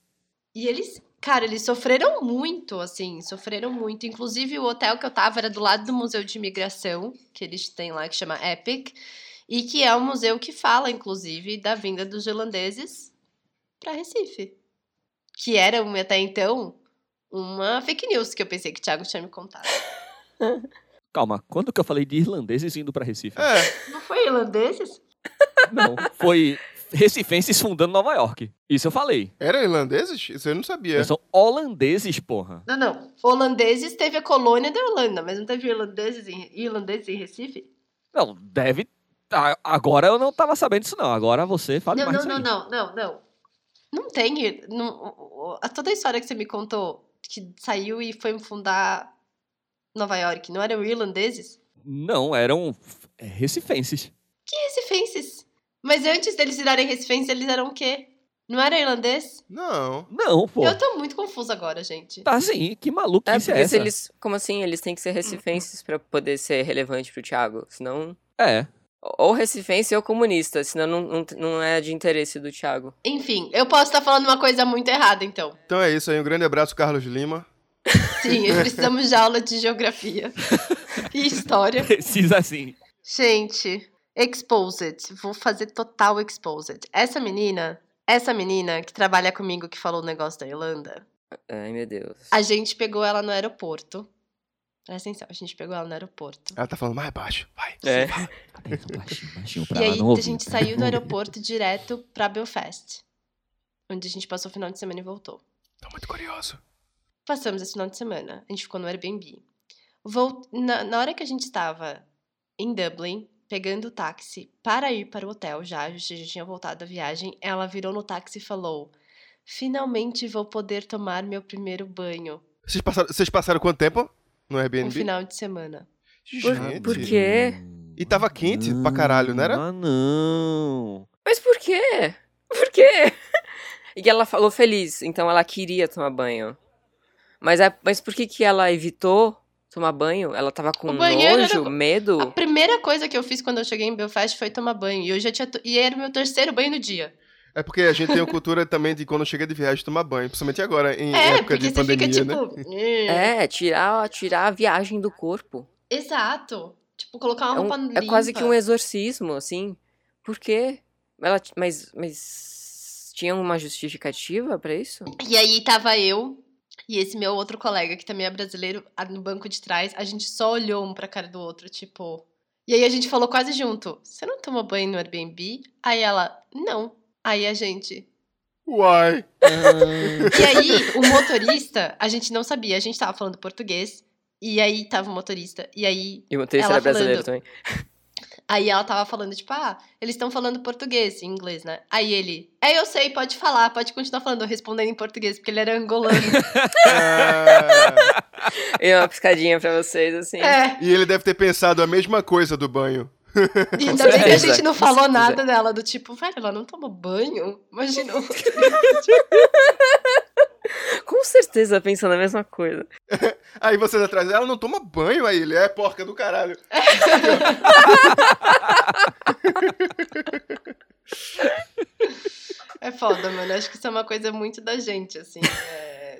S4: E eles, cara, eles sofreram muito, assim, sofreram muito. Inclusive, o hotel que eu tava era do lado do Museu de Imigração, que eles têm lá, que chama Epic, e que é um museu que fala, inclusive, da vinda dos irlandeses pra Recife. Que era, um- até então, uma fake news que eu pensei que o Thiago tinha me contado.
S1: Calma, quando que eu falei de irlandeses indo pra
S2: (laughs)
S1: Recife?
S2: É,
S4: Não foi irlandeses?
S1: Não, foi recifenses fundando Nova York. Isso eu falei.
S2: eram irlandeses? Isso eu não sabia.
S1: Eles são holandeses, porra.
S4: Não, não. Holandeses teve a colônia da Irlanda, mas não teve irlandeses em, irlandeses em Recife?
S1: Não, deve. a- Agora eu não tava sabendo disso, não. Agora você fala
S4: Não,
S1: mais
S4: não,
S1: disso
S4: não,
S1: aí.
S4: não, não, não. Não tem. ir- Não, o- o- a toda a história que você me contou, que saiu e foi fundar Nova York, não eram irlandeses?
S1: Não, eram f- é, recifenses.
S4: Que recifenses? Mas antes deles virarem recifenses, eles eram o quê? Não era irlandês?
S2: Não.
S1: Não, pô.
S4: Eu tô muito confusa agora, gente.
S1: Tá sim, que
S3: É,
S1: maluquice é
S3: porque
S1: essa?
S3: se eles. Como assim? Eles têm que ser recifenses pra poder ser relevante pro Thiago. Senão.
S1: É. (laughs)
S3: Ou recifense ou comunista, senão não, não, não é de interesse do Thiago.
S4: Enfim, eu posso estar falando uma coisa muito errada, então.
S2: Então é isso aí. Um grande abraço, Carlos Lima.
S1: (laughs)
S4: Sim, precisamos de aula de geografia e história.
S1: assim. Precisa sim.
S4: Gente, Exposed. Vou fazer total exposed. Essa menina, essa menina que trabalha comigo que falou o negócio da Irlanda,
S3: Ai, meu Deus.
S4: a gente pegou ela no aeroporto. Presta atenção, a gente pegou ela no aeroporto.
S2: Ela tá falando mais baixo, vai.
S3: É.
S1: Atenção,
S2: (laughs)
S1: baixinho, baixinho, pra
S4: e
S1: ela
S4: aí
S1: tá, não ouvir.
S4: a gente saiu
S1: (laughs)
S4: do aeroporto direto pra Belfast, onde a gente passou o final de semana e voltou.
S2: Tô muito curioso.
S4: Passamos esse final de semana. A gente ficou no Airbnb. Vol- na, na hora que a gente estava em Dublin, pegando o táxi para ir para o hotel já, a gente já tinha voltado da viagem, ela virou no táxi e falou: Finalmente vou poder tomar meu primeiro banho.
S2: Vocês passaram, vocês passaram quanto tempo no
S4: Um
S2: Airbnb?
S4: final de semana.
S2: Gente.
S3: por quê?
S2: E tava quente pra caralho, não era?
S1: Ah, não.
S3: Mas por quê? Por quê? (laughs) E que ela falou feliz, então ela queria tomar banho. Mas, a, mas por que que ela evitou tomar banho? Ela tava com
S4: O banheiro era Ah,
S3: nojo,
S4: co-
S3: medo?
S4: A primeira coisa que eu fiz quando eu cheguei em Belfast foi tomar banho. E eu já tinha. to- E era o meu terceiro banho no dia.
S2: É porque a gente tem uma cultura também de quando chega de viagem tomar banho, principalmente agora, em
S4: É,
S2: época
S4: porque
S2: de
S4: você
S2: pandemia,
S4: fica
S2: né?
S4: tipo. "Hum".
S3: É, tirar, tirar a viagem do corpo.
S4: Exato. Tipo, colocar uma
S3: É, um-
S4: roupa
S3: é quase que um
S4: limpa.
S3: exorcismo, assim. Por quê? Ela, t- mas, mas tinha uma justificativa pra isso?
S4: E aí tava eu e esse meu outro colega, que também é brasileiro, a- no banco de trás. A gente só olhou um pra cara do outro, tipo. E aí a gente falou quase junto: Você não tomou banho no Airbnb? Aí ela: Não. Aí a gente. tipo,
S2: Uai!
S4: E aí o motorista, a gente não sabia, a gente tava falando português. E aí tava o motorista. E aí
S3: E o motorista
S4: Ela
S3: era brasileiro
S4: falando.
S3: também.
S4: Aí ela tava falando, tipo, ah, eles estão falando português, em inglês, né? Aí ele, é, eu sei, pode falar, pode continuar falando, eu respondendo em português, porque ele era angolano.
S2: Ah,
S3: E uma piscadinha pra vocês, assim.
S4: é,
S2: e ele deve ter pensado a mesma coisa do banho.
S4: e ainda bem que a
S3: certeza,
S4: gente não
S3: com
S4: falou
S3: certeza.
S4: nada dela, do tipo, velho, ela não tomou banho? Imagina.
S3: Com certeza pensando a mesma coisa.
S2: Aí vocês atrás, ela não toma banho, aí ele é porca do caralho.
S4: (laughs) É foda, mano, acho que isso é uma coisa muito da gente, assim. é.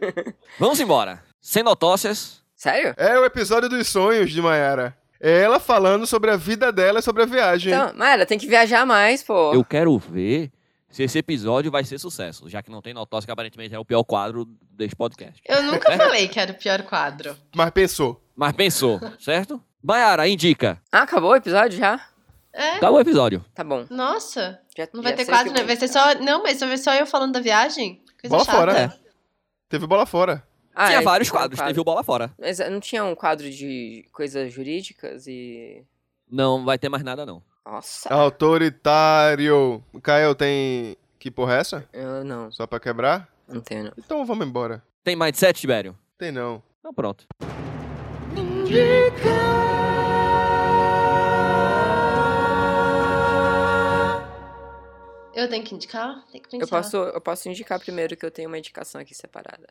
S1: Vamos embora. Sem notócias.
S3: Sério?
S2: É o episódio dos sonhos de Mayara. É ela falando sobre a vida dela e sobre a viagem.
S3: Então, Mara, tem que viajar mais, pô.
S1: Eu quero ver se esse episódio vai ser sucesso, já que não tem notócias, que aparentemente é o pior quadro deste podcast.
S2: (laughs)
S4: Eu nunca falei que era o pior quadro.
S2: Mas pensou.
S1: Mas
S4: (laughs)
S1: pensou, certo? Baiara, indica.
S3: Ah, acabou o episódio já?
S4: É,
S1: Acabou o episódio.
S3: Tá bom.
S4: nossa,
S3: Já,
S4: não vai
S3: já
S4: ter
S3: sei
S4: quadro,
S3: que
S4: né?
S3: eu-
S4: Vai ser só, não, mas vai ser só eu falando da viagem? Coisa
S2: Bola
S4: chata.
S2: fora. Teve bola fora.
S3: Ah,
S1: tinha
S3: é,
S1: vários
S3: tem um
S1: quadros,
S3: quadro.
S1: teve o Bola Fora.
S3: Mas eh, não tinha um quadro de coisas jurídicas e...
S1: Não vai ter mais nada, não.
S3: Nossa.
S2: Ah. Autoritário. Caio, tem. Que porra é essa?
S3: Eu não,
S2: Só pra quebrar?
S3: não tenho não.
S2: Então vamos embora.
S1: Tem mindset, Tibério?
S2: Tem não.
S1: Então pronto.
S4: Eu tenho que indicar? Tem que pensar.
S3: Eu posso, eu posso indicar primeiro que eu tenho uma indicação aqui separada.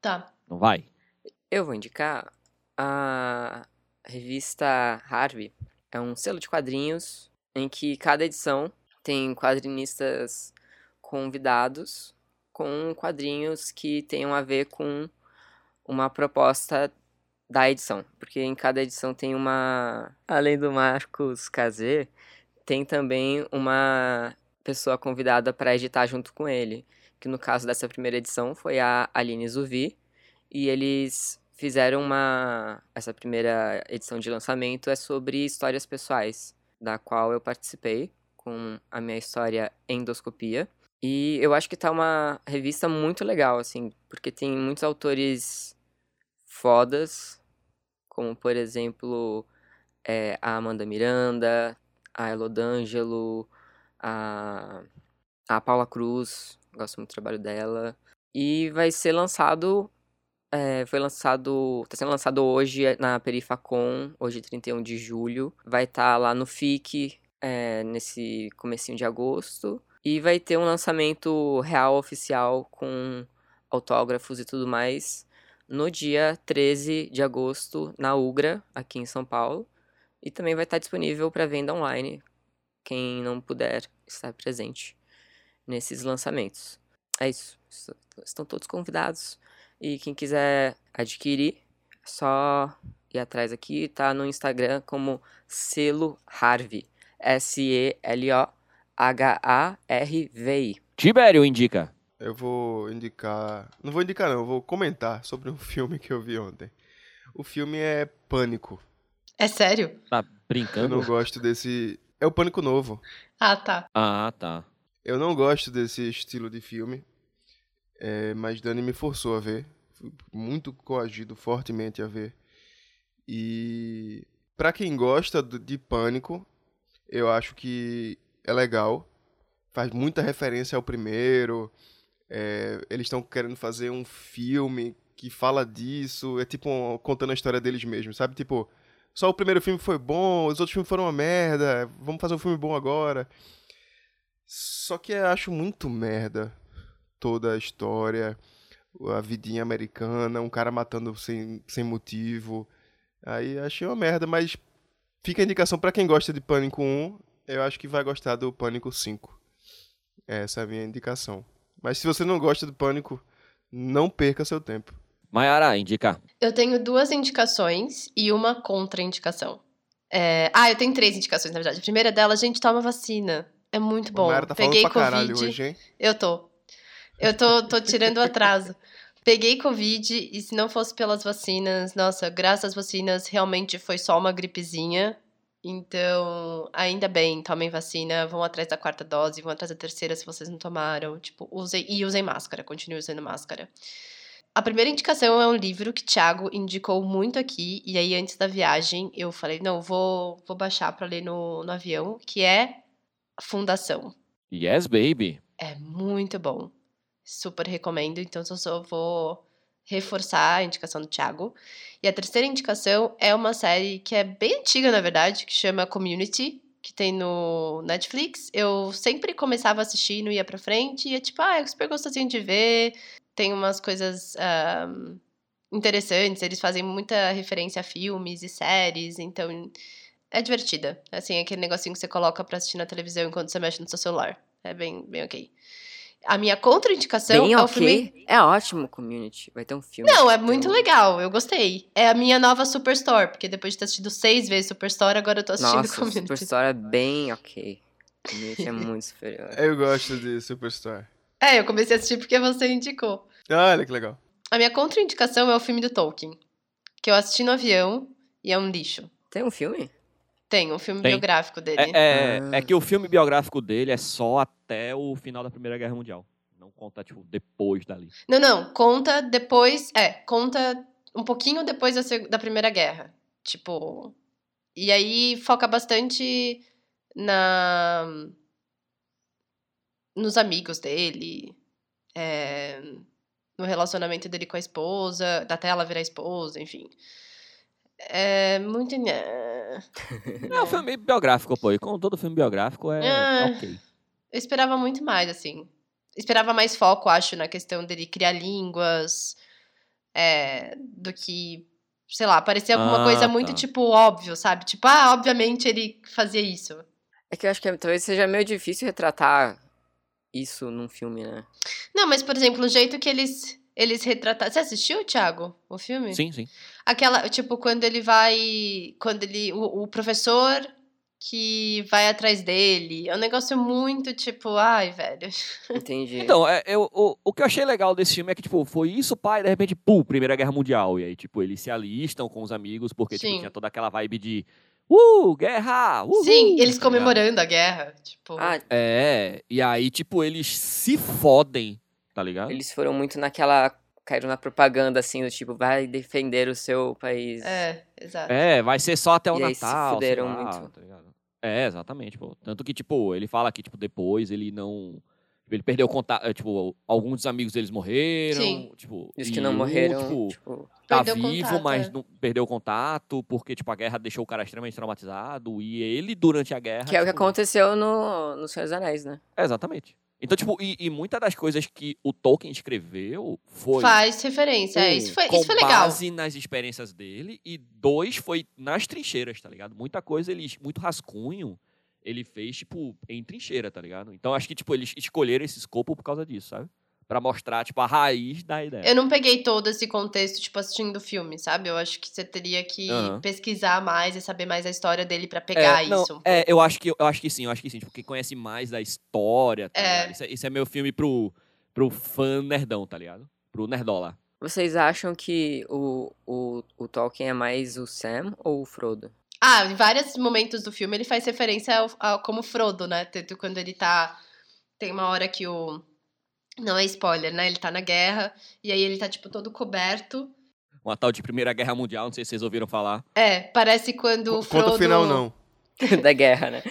S4: Tá.
S1: Não vai.
S3: Eu vou indicar a revista Harvey. É um selo de quadrinhos em que cada edição tem quadrinistas convidados com quadrinhos que tenham a ver com uma proposta da edição. Porque em cada edição tem uma. Além do Marcos Kazé, tem também uma pessoa convidada para editar junto com ele. Que no caso dessa primeira edição foi a Aline Zuvi. E eles fizeram uma. Essa primeira edição de lançamento é sobre histórias pessoais, da qual eu participei com a minha história Endoscopia. E eu acho que tá uma revista muito legal, assim, porque tem muitos autores fodas, como por exemplo é, a Amanda Miranda, a Elodângelo, a, a Paula Cruz, gosto muito do trabalho dela. E vai ser lançado é, foi lançado. Tá sendo lançado hoje é, na Perifacon, hoje 31 de julho. Vai estar lá no FIC, é, nesse comecinho de agosto. E vai ter um lançamento real oficial com autógrafos e tudo mais no dia 13 de agosto, na Ugra, aqui em São Paulo. E também vai estar disponível para venda online, quem não puder estar presente nesses lançamentos. É isso. Estão todos convidados. E quem quiser adquirir, é só ir atrás aqui, tá no Instagram como selo Harvey. S-E-L-O-H-A-R-V-I.
S1: Tibério indica.
S2: Eu vou indicar. Não vou indicar, não. Eu vou comentar sobre um (laughs) filme que eu vi ontem. O filme é Pânico.
S4: É sério?
S1: Tá
S2: Eu não
S1: brincando?
S2: gosto desse. É o Pânico Novo.
S4: Ah, tá.
S1: Ah, tá.
S2: Eu não gosto desse estilo de filme. é, mas Dani me forçou a ver. Fui muito coagido fortemente a ver. E. Pra quem gosta do- de Pânico, eu acho que é legal. Faz muita referência ao primeiro. É, eles estão querendo fazer um filme que fala disso. É tipo um- contando a história deles mesmos, sabe? Tipo, só o primeiro filme foi bom, os outros filmes foram uma merda. Vamos fazer um filme bom agora. Só que eu acho muito merda toda a história. A vidinha americana, um cara matando sem, sem motivo. Aí achei uma merda, mas fica a indicação pra quem gosta de Pânico 1. Eu acho que vai gostar do Pânico 5. Essa é a minha indicação. Mas se você não gosta do Pânico, não perca seu tempo.
S1: Maiara indica.
S4: Eu tenho duas indicações e uma contraindicação. É, Ah, eu tenho três indicações, na verdade. A primeira dela, gente, toma vacina. É muito bom.
S2: o Mara tá falando
S4: Peguei
S2: pra caralho
S4: Covid.
S2: hoje, hein?
S4: Eu tô. Eu tô, tô tirando o atraso. Peguei Covid e se não fosse pelas vacinas, nossa, graças às vacinas, realmente foi só uma gripezinha. Então, ainda bem, tomem vacina, vão atrás da quarta dose, vão atrás da terceira se vocês não tomaram. Tipo, usem e usem máscara, continuem usando máscara. A primeira indicação é um livro que Thiago indicou muito aqui, e aí antes da viagem eu falei, não, vou, vou baixar pra ler no, no avião, que é Fundação.
S1: Yes, baby.
S4: É muito bom. Super recomendo. Então, só, só vou reforçar a indicação do Thiago. E a terceira indicação é uma série que é bem antiga, na verdade, que chama Community, que tem no Netflix. Eu sempre começava assistindo, ia pra frente, e é tipo, ah, é super gostosinho de ver. Tem umas coisas ahm, interessantes. Eles fazem muita referência a filmes e séries, então. É divertida. Assim, é aquele negocinho que você coloca pra assistir na televisão enquanto você mexe no seu celular. É bem, bem ok. A minha contraindicação
S3: Bem
S4: é o filme.
S3: ok. É ótimo, Community. Vai ter um filme.
S4: Não, é
S3: Tem
S4: muito
S1: Então.
S3: um-
S4: legal, eu gostei. É a minha nova Superstore, porque depois de ter assistido seis vezes Superstore, agora eu tô assistindo
S3: Nossa,
S4: tipo Community.
S3: Superstore é bem ok. Community
S4: (laughs)
S3: é muito superior.
S2: Eu gosto de Superstar.
S4: É, eu comecei a assistir porque você indicou.
S2: Olha que legal.
S4: A minha contraindicação é o filme do Tolkien, que eu assisti no avião e é um lixo.
S3: Tem um filme?
S4: Tem um filme
S1: Tem.
S4: biográfico
S1: É,
S4: dele.
S1: é,
S3: Ah.
S1: é que o filme biográfico dele é só até o final da Primeira Guerra Mundial. Não conta, tipo, depois dali.
S4: Não, não, conta depois. É, conta um pouquinho depois da, seg- da Primeira Guerra. Tipo. E aí foca bastante na. nos amigos dele, é, no relacionamento dele com a esposa, da tela virar esposa, enfim. É muito. nhã.
S1: É um filme biográfico, pô. E como todo filme biográfico, é
S4: Ah.
S1: ok.
S4: Eu esperava muito mais, assim. Esperava mais foco, acho, na questão dele criar línguas. é, do que. Sei lá, parecia alguma
S1: Ah,
S4: coisa muito,
S1: tá.
S4: tipo, óbvio, sabe? Tipo, ah, obviamente ele fazia isso.
S3: É que eu acho que é- talvez seja meio difícil retratar isso num filme,
S4: (laughs)
S3: né?
S4: Não, mas, por exemplo, o jeito que eles. Eles retrataram. Você assistiu, Thiago, o filme?
S1: Sim, sim.
S4: Aquela, tipo, quando ele vai. Quando ele. O, o professor que vai atrás dele. É um negócio muito, tipo, ai, velho.
S3: Entendi.
S1: Então, é, eu, o, o que eu achei legal desse filme é que, tipo, foi isso, pai, de repente, pum, Primeira Guerra Mundial. E aí, tipo, eles se alistam com os amigos, porque,
S4: Sim.
S1: tipo, tinha toda aquela vibe de. Uh, guerra! Uhul!
S4: Sim, eles
S1: tá ligado?
S4: comemorando a guerra. Tipo.
S3: Ah,
S1: É, e aí, tipo, eles se fodem, tá ligado?
S3: eles foram muito naquela. Caíram na propaganda, assim, do tipo, vai defender o seu país.
S4: É, exato.
S1: É, vai ser só até o
S3: E aí se
S1: Natal. sei
S3: fuderam
S1: lá,
S3: muito.
S1: tá ligado? É, exatamente, pô. Tanto que, tipo, ele fala que, tipo, depois ele não. Ele perdeu o contato. é, Tipo, alguns dos amigos deles morreram.
S4: Sim.
S1: Tipo,
S3: E os
S1: e
S3: que não
S1: um,
S3: morreram,
S1: tipo,
S3: tipo.
S1: tá
S4: Perdeu
S1: vivo,
S4: contato, é.
S1: mas não, perdeu o contato, porque, tipo, a guerra deixou o cara extremamente traumatizado. E ele, durante a guerra.
S3: Que é o que
S1: tipo,
S3: aconteceu no, no Senhor dos Anéis, né?
S1: é, Exatamente. Então, tipo, e, e muitas das coisas que o Tolkien escreveu foi.
S4: Faz referência. é,
S1: um,
S4: isso foi,
S1: com
S4: isso foi legal.
S1: base nas experiências dele e dois foi nas trincheiras, tá ligado? Muita coisa ele muito rascunho ele fez tipo em trincheira, tá ligado? Então acho que tipo eles escolheram esse escopo por causa disso, sabe? Pra mostrar, tipo, a raiz da ideia.
S4: Eu não peguei todo esse contexto, tipo, assistindo o filme, sabe? Eu acho que você teria que
S1: Aham.
S4: pesquisar mais e saber mais a história dele pra pegar
S1: não,
S4: isso.
S1: é, eu acho que eu acho que sim, eu acho que sim. Tipo, quem conhece mais da história, tá
S4: É.
S1: ligado? Isso é, isso é meu filme pro, pro fã nerdão, tá ligado? Pro nerdola.
S3: Vocês acham que o, o, o Tolkien é mais o Sam ou o Frodo? (laughs)
S4: Ah, em vários momentos do filme ele faz referência ao, ao- como Frodo, né? Tanto quando ele tá. Tem uma hora que o. Não é spoiler, né? Ele tá na guerra e aí ele tá, tipo, todo coberto.
S1: Uma tal de Primeira Guerra Mundial, não sei se vocês ouviram falar.
S4: É, parece quando o
S2: Conta
S4: Frodo.
S2: o final, não.
S3: da guerra,
S4: (laughs)
S3: né?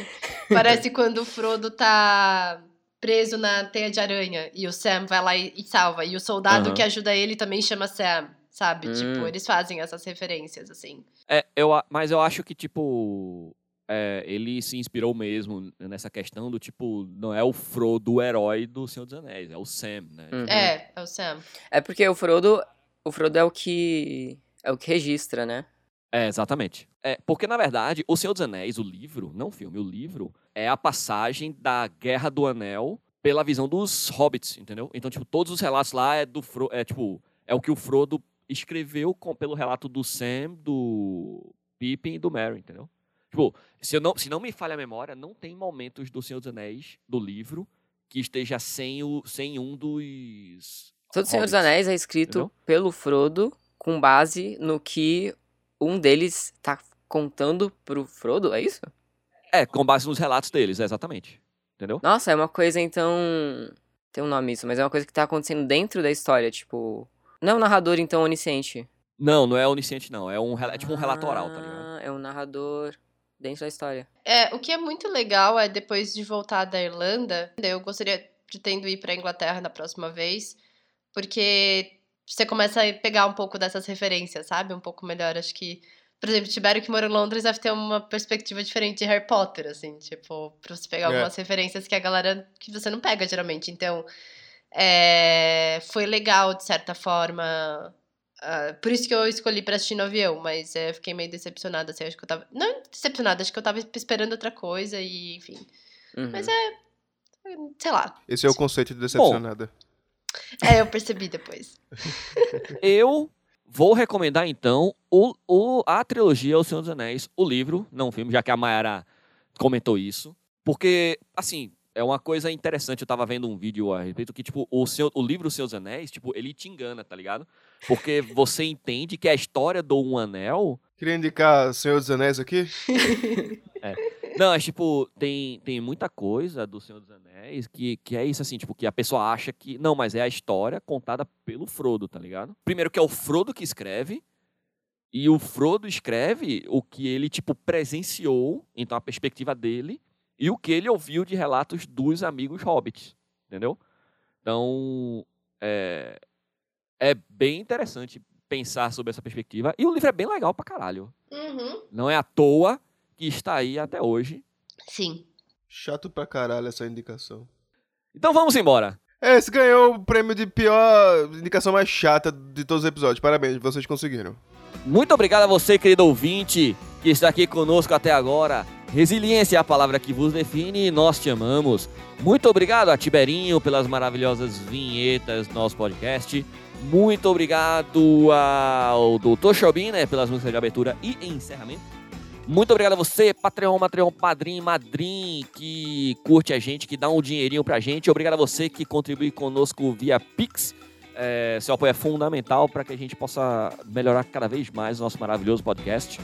S4: Parece quando o Frodo tá preso na teia de aranha e o Sam vai lá e, e salva. E o soldado
S1: Aham.
S4: que ajuda ele também chama Sam, sabe?
S3: Hum.
S4: Tipo, eles fazem essas referências, assim.
S1: É, eu, a- mas eu acho que, tipo, é, ele se inspirou mesmo nessa questão do tipo, não é o Frodo o herói do Senhor dos Anéis, é o Sam, né?
S3: Uhum.
S4: É, é o Sam.
S3: É porque o Frodo, o Frodo é o que é o que registra, né?
S1: É, exatamente. É, porque, na verdade, O Senhor dos Anéis, o livro, não o filme, o livro, é a passagem da Guerra do Anel pela visão dos hobbits, entendeu? Então, tipo, todos os relatos lá é do Frodo, é tipo, é o que o Frodo escreveu com- pelo relato do Sam, do Pippin e do Merry, entendeu? Tipo, se, eu não, se não me falha a memória, não tem momentos do Senhor dos Anéis, do livro, que esteja sem, o, sem um dos...
S3: Todo Senhor
S1: hobbits.
S3: dos Anéis é escrito
S1: entendeu?
S3: pelo Frodo com base no que um deles tá contando pro Frodo, é isso?
S1: É, com base nos relatos deles, é, exatamente. Entendeu?
S3: Nossa, é uma coisa então. Tem um nome isso, mas é uma coisa que tá acontecendo dentro da história, tipo. Não é um narrador, então, onisciente.
S1: Não, não é onisciente, não. É, um, rela- é tipo um relato oral, tá ligado?
S3: Ah, É um narrador dentro da história.
S4: É, o que é muito legal é depois de voltar da Irlanda, eu gostaria de tendo ir pra Inglaterra na próxima vez, porque você começa a pegar um pouco dessas referências, sabe? Um pouco melhor, acho que. Por exemplo, Tibério que mora em Londres deve ter uma perspectiva diferente de Harry Potter, assim, tipo, pra você pegar
S2: É.
S4: algumas referências que a galera. que você não pega geralmente. Então, é, foi legal, de certa forma. Ah, por isso que eu escolhi pra assistir no avião, mas é, fiquei meio decepcionada, assim, acho que eu tava... Não decepcionada, acho que eu tava esperando outra coisa e, enfim...
S3: Uhum.
S4: Mas é... Sei lá.
S2: Esse é o conceito de decepcionada.
S4: É, eu percebi depois.
S1: Eu vou recomendar, então, o, o- a trilogia O Senhor dos Anéis, o livro, não o filme, já que a Mayara comentou isso. Porque, assim, é uma coisa interessante. Eu tava vendo um vídeo a respeito que, tipo, o, seu, o livro O Senhor dos Anéis, tipo, ele te engana, tá ligado? Porque você entende que a história do Um Anel
S2: Queria indicar Senhor dos Anéis aqui?
S1: Não, é tipo, tem, tem muita coisa do Senhor dos Anéis que, que é isso, assim, tipo, que a pessoa acha que. Não, mas é a história contada pelo Frodo, tá ligado? Primeiro que é o Frodo que escreve, e o Frodo escreve o que ele, tipo, presenciou, então a perspectiva dele, e o que ele ouviu de relatos dos amigos hobbits, entendeu? Então, é, é bem interessante pensar sobre essa perspectiva, e o livro é bem legal pra caralho.
S4: Uhum.
S1: Não é à toa que está aí até hoje.
S4: Sim.
S2: Chato pra caralho essa indicação. É,
S1: Então vamos embora.
S2: Esse ganhou o prêmio de pior indicação mais chata de todos os episódios. Parabéns, vocês conseguiram.
S1: Muito obrigado a você, querido ouvinte, que está aqui conosco até agora. Resiliência é a palavra que vos define e nós te amamos. Muito obrigado a Tiberinho pelas maravilhosas vinhetas do nosso podcast. Muito obrigado ao Dr. Chobin, né, pelas músicas de abertura e encerramento. Muito obrigado a você, Patreon, Matreon, Padrim, Madrim, que curte a gente, que dá um dinheirinho pra gente. Obrigado a você que contribui conosco via Pix. É, seu apoio é fundamental para que a gente possa melhorar cada vez mais o nosso maravilhoso podcast.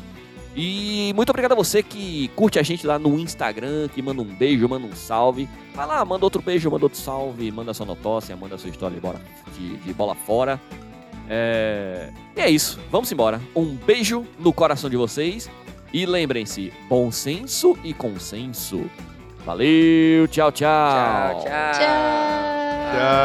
S1: E muito obrigado a você que curte a gente lá no Instagram, que manda um beijo, manda um salve. Vai lá, manda outro beijo, manda outro salve, manda sua notócia, manda sua história de, bola- de- de bola fora. É, E é isso, vamos embora. Um beijo no coração de vocês e lembrem-se, bom senso e consenso. Valeu, tchau, tchau.
S3: tchau.
S4: Tchau!
S2: Tchau.